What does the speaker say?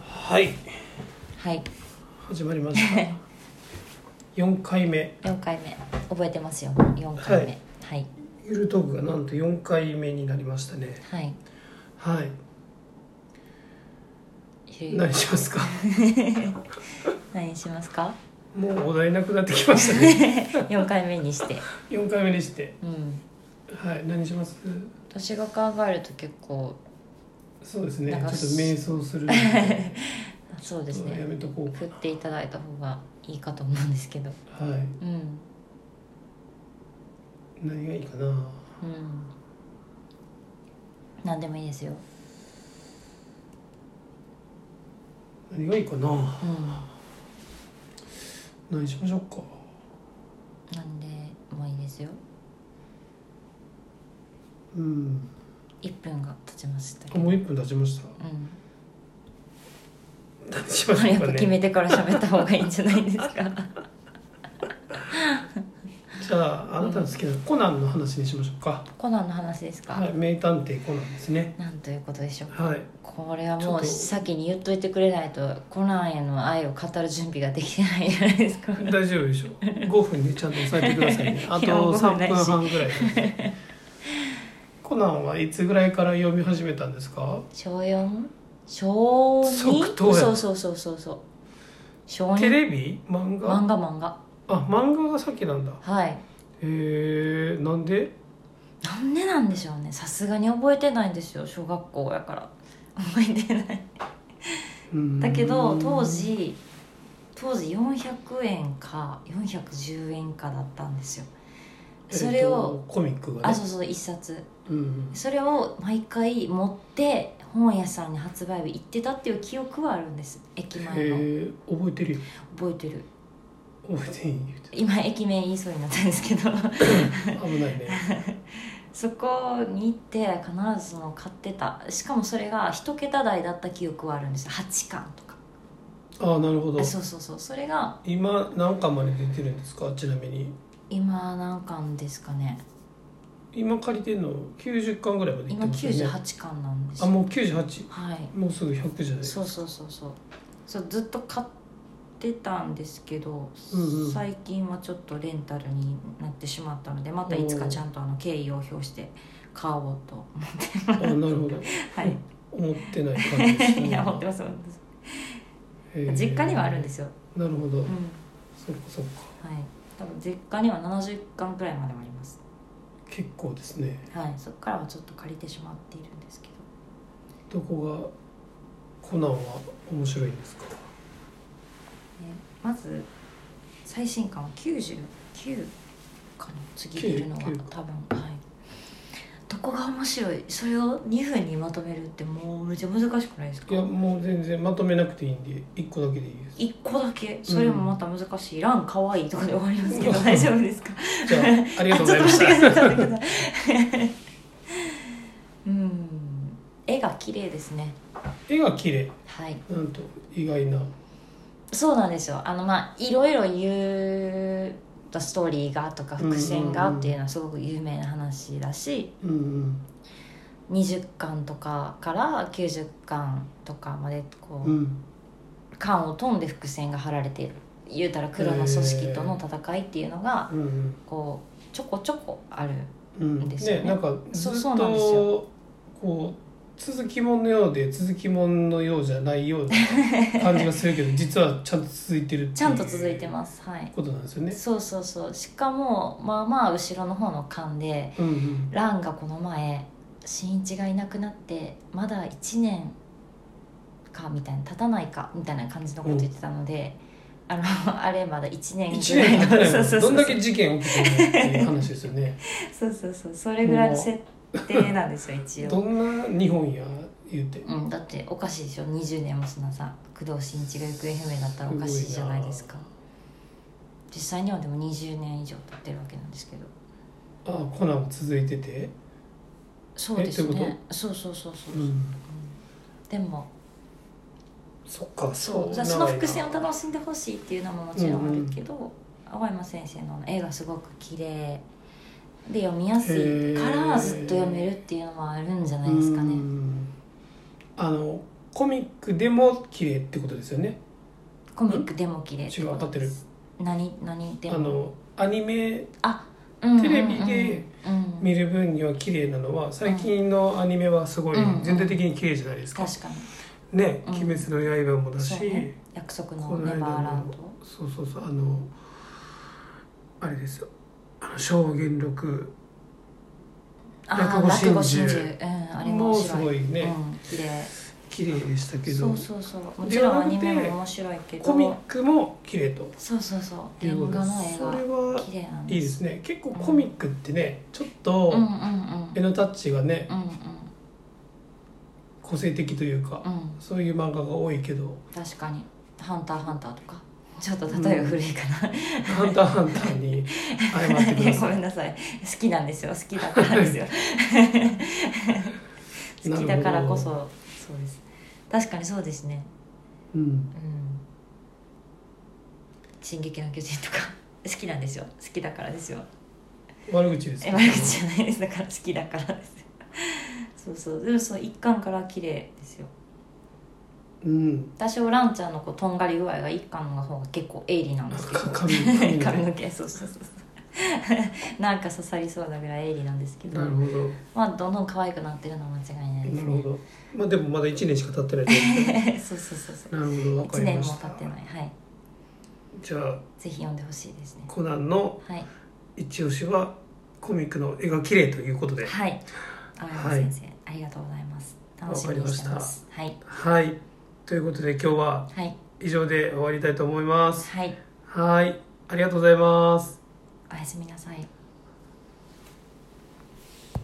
はいはい始まりました 4回目4回目覚えてますよ4回目はいゆるトークがなんと4回目になりましたねはい、はいゆる何しますか何しますかもうお題なくなってきました ね4回目にして4回目にしてうんはい何します私が考えると結構そうですねちなょんっかと瞑想するのでそうですやねめとこう振っていただいた方がいいかと思うんですけどはいうん何がいいかなうん何でもいいですよ何がいいかなうん何しましょうか何でもいいですようん1分が経ちましたけあどもう1分経ちま したうん何しましょやうっかぱね決めてから喋った方がいいんじゃないです かじゃああなたの好きなコナンの話にしましょうか、コナンの話ですか、はい、名探偵コナンですねなんということでしょうはいこれはちょもっとう先に言っといてくれないとコナンへの愛を語る準備ができてないじゃないですか大丈夫でしょう5分でちゃんと抑えてくださいねあと いやもう3 5分分ないし半ぐらいですねコナンはいつぐらいから読み始めたんですか小 4? 小 2? 即答やそうそうそうそうそう小テ2レビ漫画漫画漫画あ漫画が先なんだはいへえなんでなんでなんでしょうねさすがに覚えてないんですよ小学校やから覚えてないうんだけど当時当時400円か410円かだったんですよえっとそれを、コミックがあねそうそう一冊うんそれを毎回持って本屋さんに発売日行ってたっていう記憶はあるんです駅へ前のえ覚えてるよ覚えてる覚えていい言う今駅名言いそうになったんですけど て危ないねそこに行って必ずその買ってたしかもそれが一桁台だった記憶はあるんです8巻とかあなるほどあそうそうそうそれが今何巻まで出てるんですかちなみに今何巻ですかね今借りてるの90巻ぐらいまでいって今ますよね98巻なんですあよもう98はいもうすぐ100じゃないそうそうそうそうそうずっと買ってたんですけど、うんうん最近はちょっとレンタルになってしまったのでまたいつかちゃんとあの敬意を表して買おうと思あなるほどはい、思ってない感じですね いや思ってます思ってますへー実家にはあるんですよ、なるほど、うんそっかそっかはい、多分実家には70巻くらいまではあります結構ですねはいそこからはちょっと借りてしまっているんですけどどこがコナンは面白いんですかねまず最新刊は99かな次出るのが99多分はいどこが面白いそれを2分にまとめるってもうめちゃ難しくないですかいやもう全然まとめなくていいんで1個だけでいいです1個だけそれもまた難しい、ランかわいいとかで終わりますけど大丈夫ですかじ ゃあありがとうございましあちょったと待ってくださいうん絵が綺麗ですね絵が綺麗はいなんと意外なそうなんですよあのまあいろいろ言うストーリーがとか伏線がっていうのはすごく有名な話だし、うんうん20巻とかから90巻とかまでこう、うん巻を飛んで伏線が張られている言うたら黒の組織との戦いっていうのがうんうんこうちょこちょこあるうんですよねなんかずそうっそうなんですとこう続きもんのようで続きもんのようじゃないよう な感じがするけど実はちゃんと続いてるっていうちゃんと続いてます、はいことなんですよね。そうそうそうしかもまあまあ後ろの方の巻でうんうん、ランがこの前新一がいなくなってまだ1年かみたいな経たないかみたいな感じのこと言ってたので、あの あれまだ1年1ぐらい年経たないのそうそにうそどうんだけ事件起きてるっていう話ですよ ね。そうそうそうそれぐらいの設定なんですよ一ど応、んな日本や言うて。うん、だっておかしいでしょ20年もそんなさ工藤新一が行方不明だったらおかしいじゃないですか実際にはでも20年以上経ってるわけなんですけどああコナンも続いてて。そうですえどういうねそうそうそうそう、うん、でもそっかそう長いなその伏線を楽しんでほしいっていうのももちろんあるけど、青山先生の絵がすごく綺麗で読みやすいからずっと読めるっていうのもあるんじゃないですかうね。んあの「コミックでも綺麗ってことですよねコミックでも綺麗違う当たってる何何であものアニメあうんテレビでうんうんうん見る分には綺麗なのは最近のアニメはすごいうん全体的に綺麗じゃないですか、確かにね「うん鬼滅の刃」もだし、そうね約束のこのネ間バーラのンドそうそうそうあのあれですよあの証言録あ落ー語真珠落語真珠うんあれもも面す白ごいいねうん綺麗綺麗でしたけどそうそうそうもちろんアニメも面白いけどコミックも綺麗とそうそうそうい原うこと画ですの絵それがは綺麗なんいいでですすね結構コミックってねちょっとうんうんうん絵のタッチがねうんうん個性的というかうんそういう漫画が多いけど確かに「ハンターハンター」とかちょっと例えが古いかな、 「ハンターハンター」に謝ってくいだやごさめいんなさい好きなんですよ好きだったんですよ好きだからこそそうです確かにそうですねうんうん「進撃の巨人」とか好きなんですよ好きだからですよ悪口ですえよ悪口じゃないですだから好きだからですよそうそうでもそう一巻から綺麗ですようん多少ランちゃんのこうとんがり具合が一巻の方が結構鋭利なんです けどか髪髪が髪ねの毛そうそうそうそう なんか刺さりそうなぐらい鋭利なんですけどなるほどまあどんどん可愛くなってるのは間違いないですなるほねどまあでもまだ1年しか経ってないですけど そうそうそうそう なるほどわか1り年まもした経ってないはいじゃあぜひ読んでほしいですねコナンのはい一押しはコミックの絵が綺麗ということではい青山先生、ありがとうございます楽しみにしてますはいはいということで今日ははい以上で終わりたいと思いますはいはいありがとうございますおやすみなさい